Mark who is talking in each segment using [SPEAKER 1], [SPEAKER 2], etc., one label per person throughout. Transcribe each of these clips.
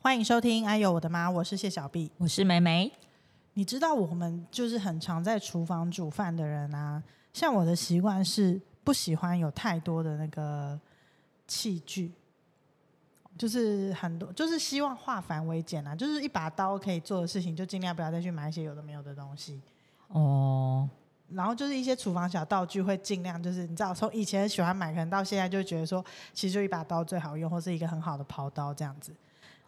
[SPEAKER 1] 欢迎收听《哎呦我的妈》，我是谢小碧。
[SPEAKER 2] 我是梅梅，
[SPEAKER 1] 你知道我们就是很常在厨房煮饭的人啊，像我的习惯是不喜欢有太多的那个器具，就是很多，就是希望化繁为简啊，就是一把刀可以做的事情，就尽量不要再去买一些有的没有的东西。
[SPEAKER 2] 哦，
[SPEAKER 1] 然后就是一些厨房小道具会尽量就是你知道从以前喜欢买，可能到现在就觉得说，其实就一把刀最好用，或是一个很好的刨刀这样子。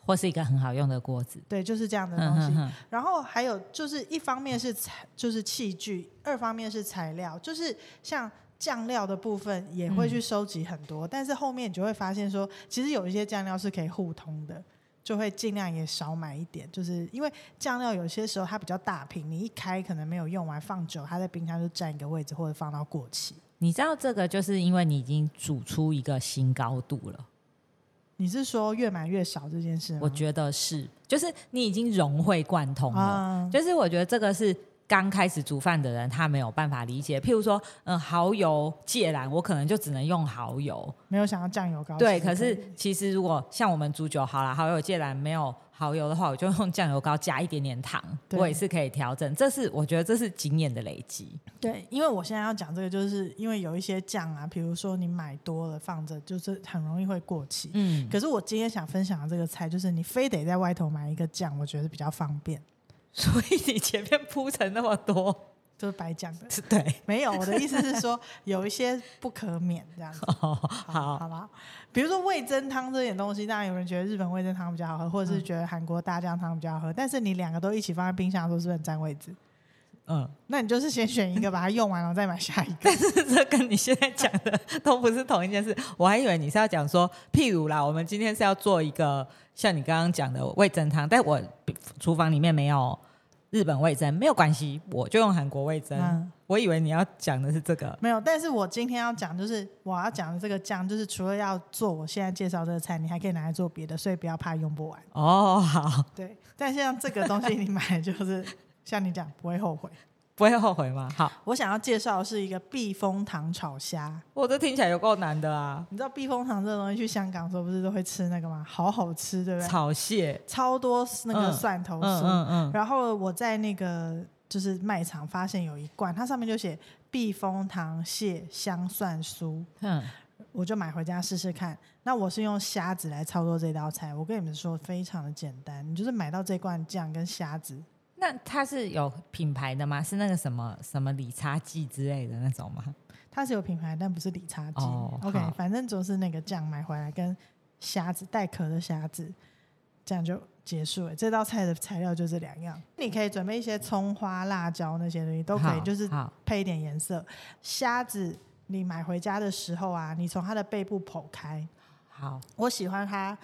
[SPEAKER 2] 或是一个很好用的锅子，嗯
[SPEAKER 1] 对，就是这样的
[SPEAKER 2] 哼
[SPEAKER 1] 东西
[SPEAKER 2] 哼。哼，
[SPEAKER 1] 然后还有就是一方面是材，就是器具；二方面是材料，就是像酱料的部分也会去收集很多，但是后面你就会发现说，其实有一些酱料是可以互通的。就会尽量也少买一点，就是因为酱料有些时候它比较大瓶，你一开可能没有用完，放久它在冰箱就占一个位置，或者放到过期。
[SPEAKER 2] 你知道这个就是因为你已经煮出一个新高度了，
[SPEAKER 1] 你是说越买越少这件事吗？
[SPEAKER 2] 我觉得是，就是你已经融会贯通了，
[SPEAKER 1] 啊，
[SPEAKER 2] 就是我觉得这个是刚开始煮饭的人他没有办法理解。譬如说，嗯，蚝油芥兰，我可能就只能用蚝油，
[SPEAKER 1] 没有想要酱油膏。其
[SPEAKER 2] 对。
[SPEAKER 1] 实
[SPEAKER 2] 可是
[SPEAKER 1] 以
[SPEAKER 2] 其实如果像我们煮酒好了，蚝油芥兰没有蚝油的话，我就用酱油膏加一点点糖，
[SPEAKER 1] 对
[SPEAKER 2] 我也是可以调整。这是我觉得这是经验的累积。
[SPEAKER 1] 对，因为我现在要讲这个，就是因为有一些酱啊，比如说你买多了放着，就是很容易会过期。
[SPEAKER 2] 嗯，
[SPEAKER 1] 可是我今天想分享的这个菜，就是你非得在外头买一个酱，我觉得比较方便，
[SPEAKER 2] 所以你前面铺陈那么多，
[SPEAKER 1] 就是白讲的。
[SPEAKER 2] 是对。
[SPEAKER 1] 没有，我的意思是 说，有一些不可免这样子。
[SPEAKER 2] 哦，
[SPEAKER 1] 好，
[SPEAKER 2] 好，
[SPEAKER 1] 好吧。比如说味噌汤这点东西，当然有人觉得日本味噌汤比较好喝，或者是
[SPEAKER 2] 嗯
[SPEAKER 1] 觉得韩国大酱汤比较好喝，但是你两个都一起放在冰箱的时候，是不是很占位置？
[SPEAKER 2] 嗯，
[SPEAKER 1] 那你就是先选一个，把它用完了再买下一个。
[SPEAKER 2] 这跟你现在讲的都不是同一件事。我还以为你是要讲说，譬如啦，我们今天是要做一个像你刚刚讲的味噌汤，但我厨房里面没有日本味噌，没有关系，我就用韩国味噌。
[SPEAKER 1] 嗯
[SPEAKER 2] 我以为你要讲的是这个，
[SPEAKER 1] 没有，但是我今天要讲就是我要讲的这个酱，就是除了要做我现在介绍这个菜，你还可以拿来做别的，所以不要怕用不完。
[SPEAKER 2] 哦，好，
[SPEAKER 1] 对，但像这个东西你买就是像你讲不会后悔。
[SPEAKER 2] 不会后悔吗？好，
[SPEAKER 1] 我想要介绍的是一个避风塘炒虾，
[SPEAKER 2] 我这听起来有够难的啊，
[SPEAKER 1] 你知道避风塘这个东西去香港的时候不是都会吃那个吗？好好吃，对不对？
[SPEAKER 2] 炒蟹，
[SPEAKER 1] 超多那个
[SPEAKER 2] 嗯
[SPEAKER 1] 蒜头
[SPEAKER 2] 嗯
[SPEAKER 1] 酥，
[SPEAKER 2] 嗯 嗯，
[SPEAKER 1] 然后我在那个就是卖场发现有一罐，它上面就写避风塘蟹香蒜酥。
[SPEAKER 2] 嗯，
[SPEAKER 1] 我就买回家试试看。那我是用虾子来操作这道菜，我跟你们说非常的简单，你就是买到这罐酱跟虾子，
[SPEAKER 2] 那它是有品牌的吗？是那个什么什么理查剂之类的那种吗？
[SPEAKER 1] 它是有品牌，但不是理查剂。
[SPEAKER 2] 哦
[SPEAKER 1] OK，
[SPEAKER 2] 好
[SPEAKER 1] 反正就是那个酱买回来跟虾子带壳的虾子，这样就结束了。这道菜的材料就这两样，你可以准备一些葱花、辣椒那些东西都可以，
[SPEAKER 2] 好
[SPEAKER 1] 就是
[SPEAKER 2] 好，
[SPEAKER 1] 配一点颜色。虾子你买回家的时候啊，你从它的背部剖开，
[SPEAKER 2] 好，
[SPEAKER 1] 我喜欢它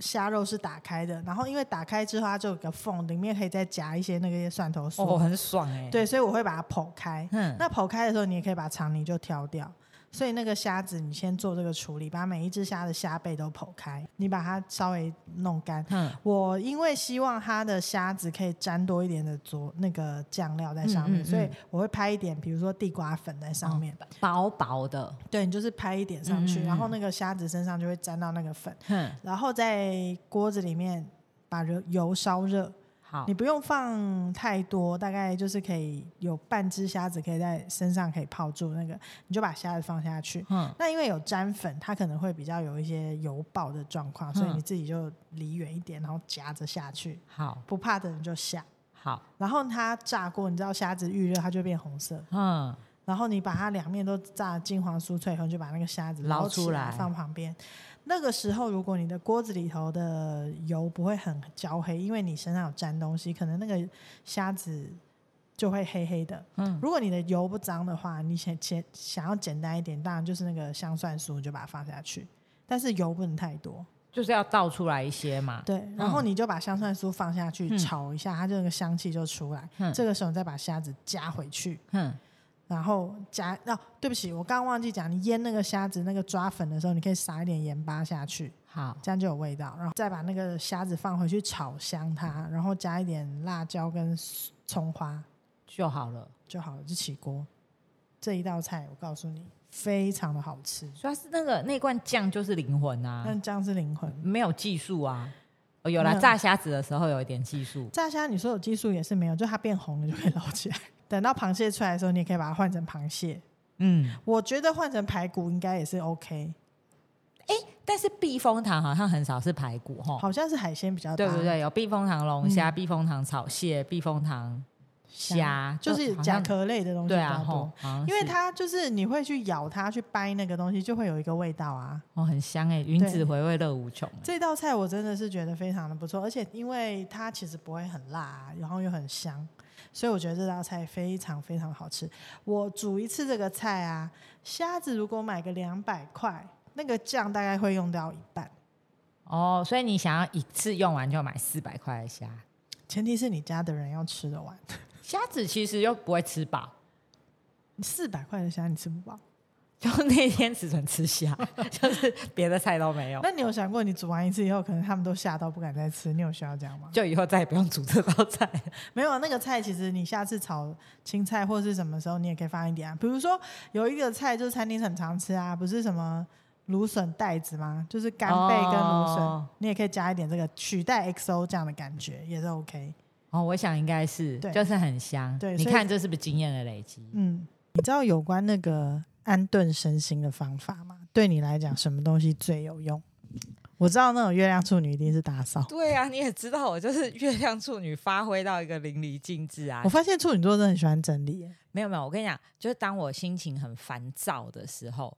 [SPEAKER 1] 虾肉是打开的，然后因为打开之后它就有个缝，里面可以再夹一些那个蒜头酥。
[SPEAKER 2] 哦，很爽哎、，
[SPEAKER 1] 对，所以我会把它剖开。
[SPEAKER 2] 嗯，
[SPEAKER 1] 那剖开的时候，你也可以把肠泥就挑掉。所以那个虾子，你先做这个处理，把每一只虾的虾背都剖开，你把它稍微弄干。
[SPEAKER 2] 嗯
[SPEAKER 1] 我因为希望它的虾子可以沾多一点的佐那个酱料在上面，
[SPEAKER 2] 嗯嗯嗯
[SPEAKER 1] 所以我会拍一点，比如说地瓜粉在上面。
[SPEAKER 2] 薄薄的，
[SPEAKER 1] 对，你就是拍一点上去，
[SPEAKER 2] 嗯嗯嗯
[SPEAKER 1] 然后那个虾子身上就会沾到那个粉。
[SPEAKER 2] 哼，
[SPEAKER 1] 然后在锅子里面把油油烧热，
[SPEAKER 2] 好
[SPEAKER 1] 你，不用放太多，大概就是可以有半只虾子可以在身上可以泡住那个，你就把虾子放下去。
[SPEAKER 2] 嗯，
[SPEAKER 1] 那因为有沾粉，它可能会比较有一些油爆的状况，所以
[SPEAKER 2] 嗯
[SPEAKER 1] 你自己就离远一点，然后夹着下去，
[SPEAKER 2] 好，
[SPEAKER 1] 不怕的人就下。
[SPEAKER 2] 好，
[SPEAKER 1] 然后它炸过，你知道虾子预热它就会变红色，
[SPEAKER 2] 嗯，
[SPEAKER 1] 然后你把它两面都炸得金黄酥脆以后，你就把那个虾子捞
[SPEAKER 2] 捞
[SPEAKER 1] 起
[SPEAKER 2] 出
[SPEAKER 1] 来
[SPEAKER 2] 来
[SPEAKER 1] 放旁边。那个时候，如果你的锅子里头的油不会很焦黑，因为你身上有沾东西，可能那个虾子就会黑黑的。
[SPEAKER 2] 嗯，
[SPEAKER 1] 如果你的油不脏的话，你想简想要简单一点，当然就是那个香蒜酥你就把它放下去，但是油不能太多。
[SPEAKER 2] 就是要倒出来一些嘛，
[SPEAKER 1] 对，然后你就把香蒜酥放下去、
[SPEAKER 2] 啊嗯
[SPEAKER 1] 炒一下，它就那个香气就出来。
[SPEAKER 2] 嗯
[SPEAKER 1] 这个时候你再把虾子加回去，
[SPEAKER 2] 哼，
[SPEAKER 1] 然后加哦，对不起，我刚刚忘记讲，你腌那个虾子那个抓粉的时候，你可以撒一点盐巴下去，
[SPEAKER 2] 好，
[SPEAKER 1] 这样就有味道。然后再把那个虾子放回去炒香它，然后加一点辣椒跟葱花
[SPEAKER 2] 就好了。
[SPEAKER 1] 就好了，就起锅。这一道菜我告诉你，非常的好吃，嗯
[SPEAKER 2] 主要是那个那罐酱就是灵魂啊，
[SPEAKER 1] 但这样是灵魂。
[SPEAKER 2] 没有技术啊，哦，有啦，
[SPEAKER 1] 嗯
[SPEAKER 2] 炸虾子的时候有一点技术，
[SPEAKER 1] 炸虾，你说有技术也是没有，就它变红了就可以捞起来。等到螃蟹出来的时候，你也可以把它换成螃蟹。
[SPEAKER 2] 嗯，
[SPEAKER 1] 我觉得换成排骨应该也是 OK，
[SPEAKER 2] 但是避风塘好像很少是排骨哈，
[SPEAKER 1] 好像是海鲜比较大，
[SPEAKER 2] 哦对不？对？有避风塘龙虾、
[SPEAKER 1] 嗯
[SPEAKER 2] 避风塘炒蟹、避风塘虾，
[SPEAKER 1] 就是
[SPEAKER 2] 好
[SPEAKER 1] 甲
[SPEAKER 2] 像
[SPEAKER 1] 壳类的东西
[SPEAKER 2] 对
[SPEAKER 1] 比
[SPEAKER 2] 啊，
[SPEAKER 1] 较
[SPEAKER 2] 吼
[SPEAKER 1] 多，，
[SPEAKER 2] 好像
[SPEAKER 1] 因为
[SPEAKER 2] 是
[SPEAKER 1] 它就是你会去咬它，去掰那个东西，就会有一个味道啊。
[SPEAKER 2] 哦很香哎，云子回味乐无穷哎，
[SPEAKER 1] 这道菜我真的是觉得非常的不错，而且因为它其实不会很辣，啊然后又很香，所以我觉得这道菜非常非常好吃。我煮一次这个菜啊，虾子如果买个两百块，那个酱大概会用掉一半，
[SPEAKER 2] 哦，所以你想要一次用完就买四百块的虾，
[SPEAKER 1] 前提是你家的人要吃得完。
[SPEAKER 2] 虾子其实又不会吃饱。
[SPEAKER 1] 四百块的虾你吃不饱，
[SPEAKER 2] 就那天只准吃虾， 就是别的菜都没有。
[SPEAKER 1] 那你有想过你煮完一次以后，可能他们都吓到不敢再吃，你有需要这样吗？
[SPEAKER 2] 就以后再也不用煮这道菜。
[SPEAKER 1] 没有啊那个菜，其实你下次炒青菜或是什么时候，你也可以放一点啊。比如说有一个菜就是餐厅很常吃啊，不是什么芦笋带子吗？就是干贝跟芦笋，
[SPEAKER 2] 哦
[SPEAKER 1] 你也可以加一点这个取代 XO 这样的感觉也是 OK。
[SPEAKER 2] 哦，我想应该是，
[SPEAKER 1] 对
[SPEAKER 2] 就是很香。
[SPEAKER 1] 对
[SPEAKER 2] 你
[SPEAKER 1] 所以
[SPEAKER 2] 看这是不是经验的累积？
[SPEAKER 1] 嗯，你知道有关那个安顿身心的方法吗？对嗯你来讲，什么东西最有用？我知道那种月亮处女一定是打 扫。
[SPEAKER 2] 对啊，你也知道，我就是月亮处女发挥到一个淋漓尽致啊
[SPEAKER 1] 我。发现处女座真的很喜欢整理耶，
[SPEAKER 2] 没有没有，我跟你讲，就是当我心情很烦躁的时候，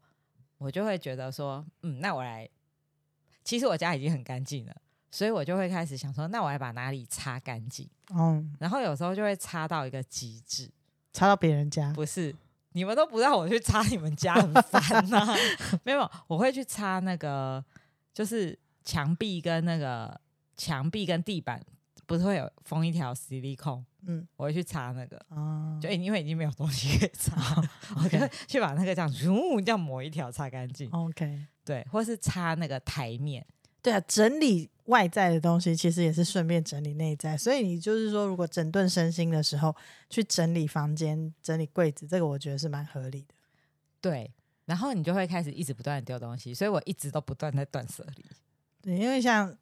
[SPEAKER 2] 我就会觉得说，嗯，那我来。其实我家已经很干净了，所以我就会开始想说，那我来把哪里擦干净。
[SPEAKER 1] 嗯，
[SPEAKER 2] 然后有时候就会擦到一个极致，
[SPEAKER 1] 插到别人家，
[SPEAKER 2] 不是，你们都不让我去擦你们家，很烦呐、 没有，我会去擦那个，就是墙壁跟那个墙壁跟地板，不是会有封一条 silicone，
[SPEAKER 1] 嗯
[SPEAKER 2] 我会去擦那个。
[SPEAKER 1] 啊，
[SPEAKER 2] 就哎因为已经没有东西可以擦 了，我就
[SPEAKER 1] OK
[SPEAKER 2] 会去把那个这样，咻这样抹一条擦干净，
[SPEAKER 1] OK。
[SPEAKER 2] 对，或是擦那个台面，
[SPEAKER 1] 对啊，整理外在的东西，其实也是顺便整理内在。所以你就是说，如果整顿身心的时候，去整理房间、整理柜子，这个我觉得是蛮合理的。
[SPEAKER 2] 对，然后你就会开始一直不断的丢东西，所以我一直都不断在断舍离，
[SPEAKER 1] 对，因为像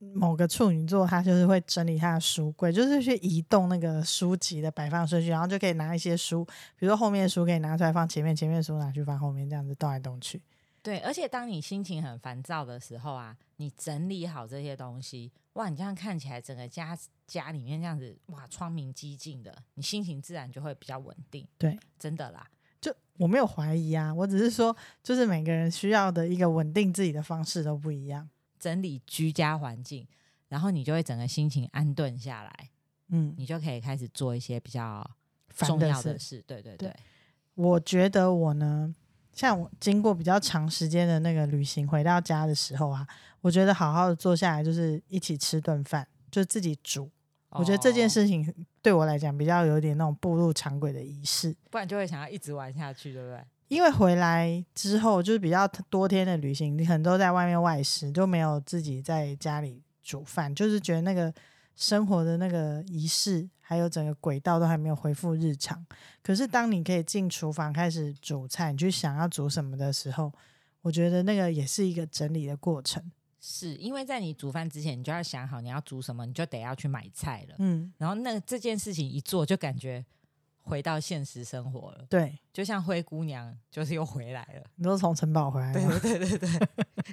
[SPEAKER 1] 某个处女座，他就是会整理他的书柜，就是去移动那个书籍的摆放顺序，然后就可以拿一些书，比如说后面的书可以拿出来放前面，前面的书拿去放后面，这样子动来动去。
[SPEAKER 2] 对，而且当你心情很烦躁的时候啊，你整理好这些东西，哇，你这样看起来整个家家里面这样子，哇，窗明几净的，你心情自然就会比较稳定。
[SPEAKER 1] 对，
[SPEAKER 2] 真的啦，
[SPEAKER 1] 就我没有怀疑啊，我只是说，就是每个人需要的一个稳定自己的方式都不一样。
[SPEAKER 2] 整理居家环境，然后你就会整个心情安顿下来，
[SPEAKER 1] 嗯，
[SPEAKER 2] 你就可以开始做一些比较
[SPEAKER 1] 烦
[SPEAKER 2] 重
[SPEAKER 1] 的
[SPEAKER 2] 要
[SPEAKER 1] 事
[SPEAKER 2] 的事。对对
[SPEAKER 1] 对
[SPEAKER 2] 对，
[SPEAKER 1] 我觉得我呢，像我经过比较长时间的那个旅行回到家的时候啊，我觉得好好的坐下来，就是一起吃顿饭，就自己煮。我觉得这件
[SPEAKER 2] 哦，
[SPEAKER 1] 事情对我来讲比较有点那种步入常轨的仪式。
[SPEAKER 2] 不然就会想要一直玩下去，对不对？
[SPEAKER 1] 因为回来之后就是比较多天的旅行，你可能都在外面外食，就没有自己在家里煮饭，就是觉得那个生活的那个仪式，还有整个轨道都还没有恢复日常。可是当你可以进厨房开始煮菜，你去想要煮什么的时候，我觉得那个也是一个整理的过程。
[SPEAKER 2] 是因为在你煮饭之前，你就要想好你要煮什么，你就得要去买菜了。
[SPEAKER 1] 嗯，
[SPEAKER 2] 然后那这件事情一做，就感觉回到现实生活了，
[SPEAKER 1] 对，
[SPEAKER 2] 就像灰姑娘，就是又回来了。
[SPEAKER 1] 你都从城堡回来
[SPEAKER 2] 对
[SPEAKER 1] 了嘛，
[SPEAKER 2] 对对对对，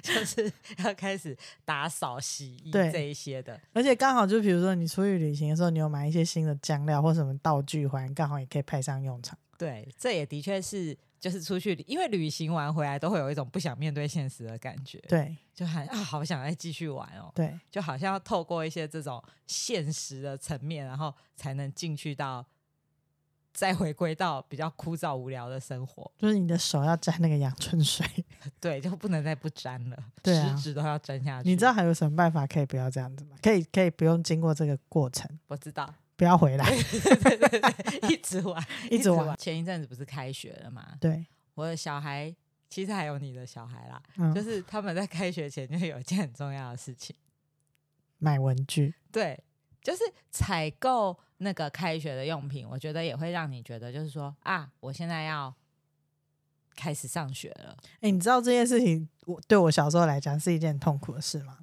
[SPEAKER 2] 就是要开始打扫、洗衣
[SPEAKER 1] 对
[SPEAKER 2] 这一些的。
[SPEAKER 1] 而且刚好就比如说你出去旅行的时候，你有买一些新的酱料或什么道具回来，刚好也可以派上用场。
[SPEAKER 2] 对，这也的确是，就是出去，因为旅行完回来都会有一种不想面对现实的感觉，
[SPEAKER 1] 对
[SPEAKER 2] 就很啊，好想再继续玩哦，
[SPEAKER 1] 对。
[SPEAKER 2] 就好像要透过一些这种现实的层面，然后才能进去到。再回归到比较枯燥无聊的生活，
[SPEAKER 1] 就是你的手要沾那个阳春水。
[SPEAKER 2] 对，就不能再不沾了，
[SPEAKER 1] 对啊
[SPEAKER 2] 食指都要沾下去。
[SPEAKER 1] 你知道还有什么办法可以不要这样子吗？可以，可以不用经过这个过程，
[SPEAKER 2] 我知道，
[SPEAKER 1] 不要回来，
[SPEAKER 2] 对对对，一直玩，
[SPEAKER 1] 一直玩。。
[SPEAKER 2] 前一阵子不是开学了吗？
[SPEAKER 1] 对，
[SPEAKER 2] 我的小孩，其实还有你的小孩啦，
[SPEAKER 1] 嗯，
[SPEAKER 2] 就是他们在开学前就有一件很重要的事情，
[SPEAKER 1] 买文具，
[SPEAKER 2] 对，就是采购那个开学的用品，我觉得也会让你觉得就是说啊，我现在要开始上学了。
[SPEAKER 1] 哎、你知道这件事情，我对我小时候来讲是一件很痛苦的事吗？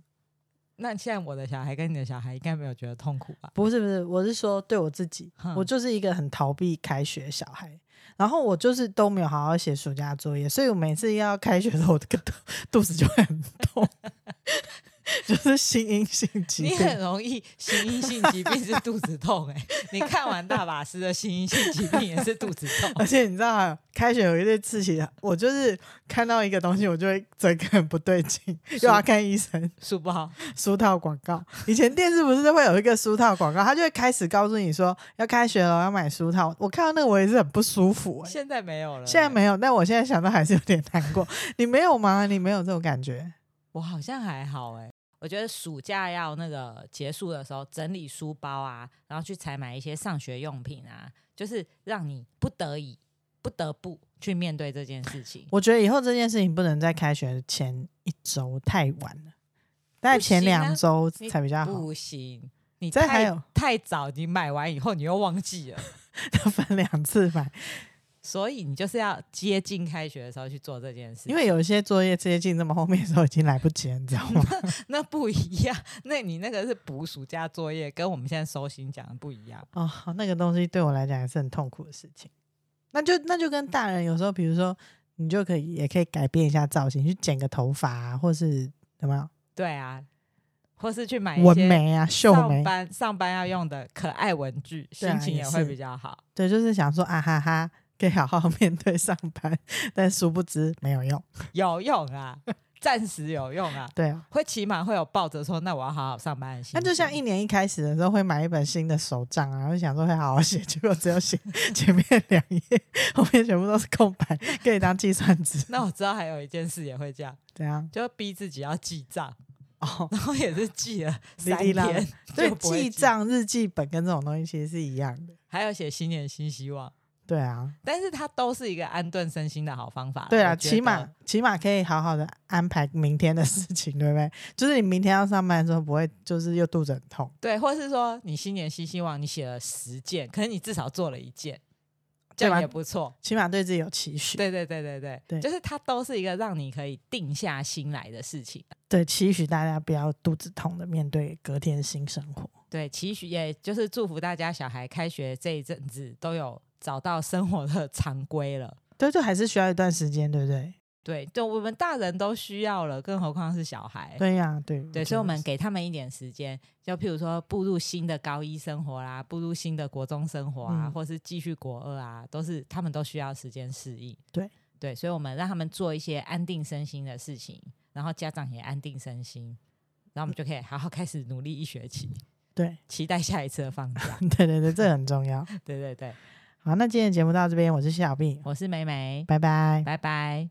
[SPEAKER 2] 那现在我的小孩跟你的小孩应该没有觉得痛苦 吧？
[SPEAKER 1] 不是不是，我是说对我自己，
[SPEAKER 2] 哼
[SPEAKER 1] 我就是一个很逃避开学的小孩，然后我就是都没有好好写暑假作业，所以我每次要开学的时候，我的肚肚子就会很 痛，就是心因性疾
[SPEAKER 2] 你
[SPEAKER 1] 病。
[SPEAKER 2] 很容易心因性疾病是肚子痛哎、你看完大法师的心因性疾病也是肚子痛，
[SPEAKER 1] 而且你知道吗？开学有一对事情，我就是看到一个东西，我就会整个人不对劲， 又要看医生。
[SPEAKER 2] 书包
[SPEAKER 1] 书套广告，以前电视不是都会有一个书套广告，他就会开始告诉你说要开学了，要买书套。我看到那个我也是很不舒服、欸，
[SPEAKER 2] 现在没有了、
[SPEAKER 1] 现在，没有，但我现在想到还是有点难过。你没有吗？你没有这种感觉？
[SPEAKER 2] 我好像还好哎、我觉得暑假要那个结束的时候整理书包啊，然后去采买一些上学用品啊，就是让你不得已、不得不去面对这件事情。
[SPEAKER 1] 我觉得以后这件事情不能在开学前一周太晚了，大概前两周
[SPEAKER 2] 你
[SPEAKER 1] 才比较好。
[SPEAKER 2] 不行，你
[SPEAKER 1] 这还
[SPEAKER 2] 太
[SPEAKER 1] 有
[SPEAKER 2] 太早，你买完以后你又忘记了，
[SPEAKER 1] 分两次买，
[SPEAKER 2] 所以你就是要接近开学的时候去做这件事。
[SPEAKER 1] 因为有一些作业接近这么后面的时候已经来不及了，你知道吗？
[SPEAKER 2] 那不一样，那你那个是补暑假作业，跟我们现在收心讲的不一样。
[SPEAKER 1] 哦，那个东西对我来讲也是很痛苦的事情。那就那就跟大人有时候，比如说你就可以也可以改变一下造型，去剪个头发、啊，或是有没有
[SPEAKER 2] 对啊，或是去买一
[SPEAKER 1] 纹
[SPEAKER 2] 些
[SPEAKER 1] 眉啊、秀眉
[SPEAKER 2] 上，班上班要用的可爱文具，
[SPEAKER 1] 对啊
[SPEAKER 2] 心情
[SPEAKER 1] 也
[SPEAKER 2] 也会
[SPEAKER 1] 是
[SPEAKER 2] 比较好。
[SPEAKER 1] 对，就是想说啊哈哈，可以好好面对上班，但殊不知没有用。
[SPEAKER 2] 有用啊，暂时有用啊，
[SPEAKER 1] 对啊，
[SPEAKER 2] 会起码会有抱着说，那我要好好上班的心情。
[SPEAKER 1] 那就像一年一开始的时候会买一本新的手账啊，然后想说会好好写，结果只有写前面两页，后面全部都是空白，可以当计算纸。
[SPEAKER 2] 那我知道还有一件事也会这样，
[SPEAKER 1] 怎样？
[SPEAKER 2] 就逼自己要记账，
[SPEAKER 1] 哦，
[SPEAKER 2] 然后也是 记了
[SPEAKER 1] 哩
[SPEAKER 2] 三
[SPEAKER 1] 哩啦啦
[SPEAKER 2] 天，
[SPEAKER 1] 所以
[SPEAKER 2] 就不会
[SPEAKER 1] 记，账、日记本跟这种东西其实是一样的。
[SPEAKER 2] 还有写新年新希望，
[SPEAKER 1] 对啊，
[SPEAKER 2] 但是它都是一个安顿身心的好方法。
[SPEAKER 1] 对
[SPEAKER 2] 我
[SPEAKER 1] 啊，
[SPEAKER 2] 觉
[SPEAKER 1] 起
[SPEAKER 2] 得
[SPEAKER 1] 码起码可以好好的安排明天的事情，对不对？就是你明天要上班的时候，不会就是又肚子很痛。
[SPEAKER 2] 对，或是说你新年新希望，你写了十件，可是你至少做了一件，这
[SPEAKER 1] 对吧啊
[SPEAKER 2] 样也不错。
[SPEAKER 1] 起码对自己有期许，
[SPEAKER 2] 对对对对对，
[SPEAKER 1] 对
[SPEAKER 2] 就是它都是一个让你可以定下心来的事情。啊
[SPEAKER 1] 对，期许大家不要肚子痛的面对隔天新生活。
[SPEAKER 2] 对，期许也就是祝福大家小孩开学这一阵子都有找到生活的常规了。
[SPEAKER 1] 对，就还是需要一段时间，对不对？
[SPEAKER 2] 对，就我们大人都需要了，更何况是小孩。
[SPEAKER 1] 对呀、对
[SPEAKER 2] 对，
[SPEAKER 1] 觉
[SPEAKER 2] 所以我
[SPEAKER 1] 得
[SPEAKER 2] 们
[SPEAKER 1] 是
[SPEAKER 2] 给他们一点时间，就譬如说步入新的高一生活啦，步入新的国中生活啊，
[SPEAKER 1] 嗯
[SPEAKER 2] 或是继续国二啊，都是他们都需要时间适应。
[SPEAKER 1] 对
[SPEAKER 2] 对，所以我们让他们做一些安定身心的事情，然后家长也安定身心，然后我们就可以好好开始努力一学期，
[SPEAKER 1] 对
[SPEAKER 2] 期待下一次的放假。
[SPEAKER 1] 对对对，这很重要。
[SPEAKER 2] 对对对，
[SPEAKER 1] 好，那今天的节目到这边，我是小 B，
[SPEAKER 2] 我是美美，
[SPEAKER 1] 拜拜。
[SPEAKER 2] 拜拜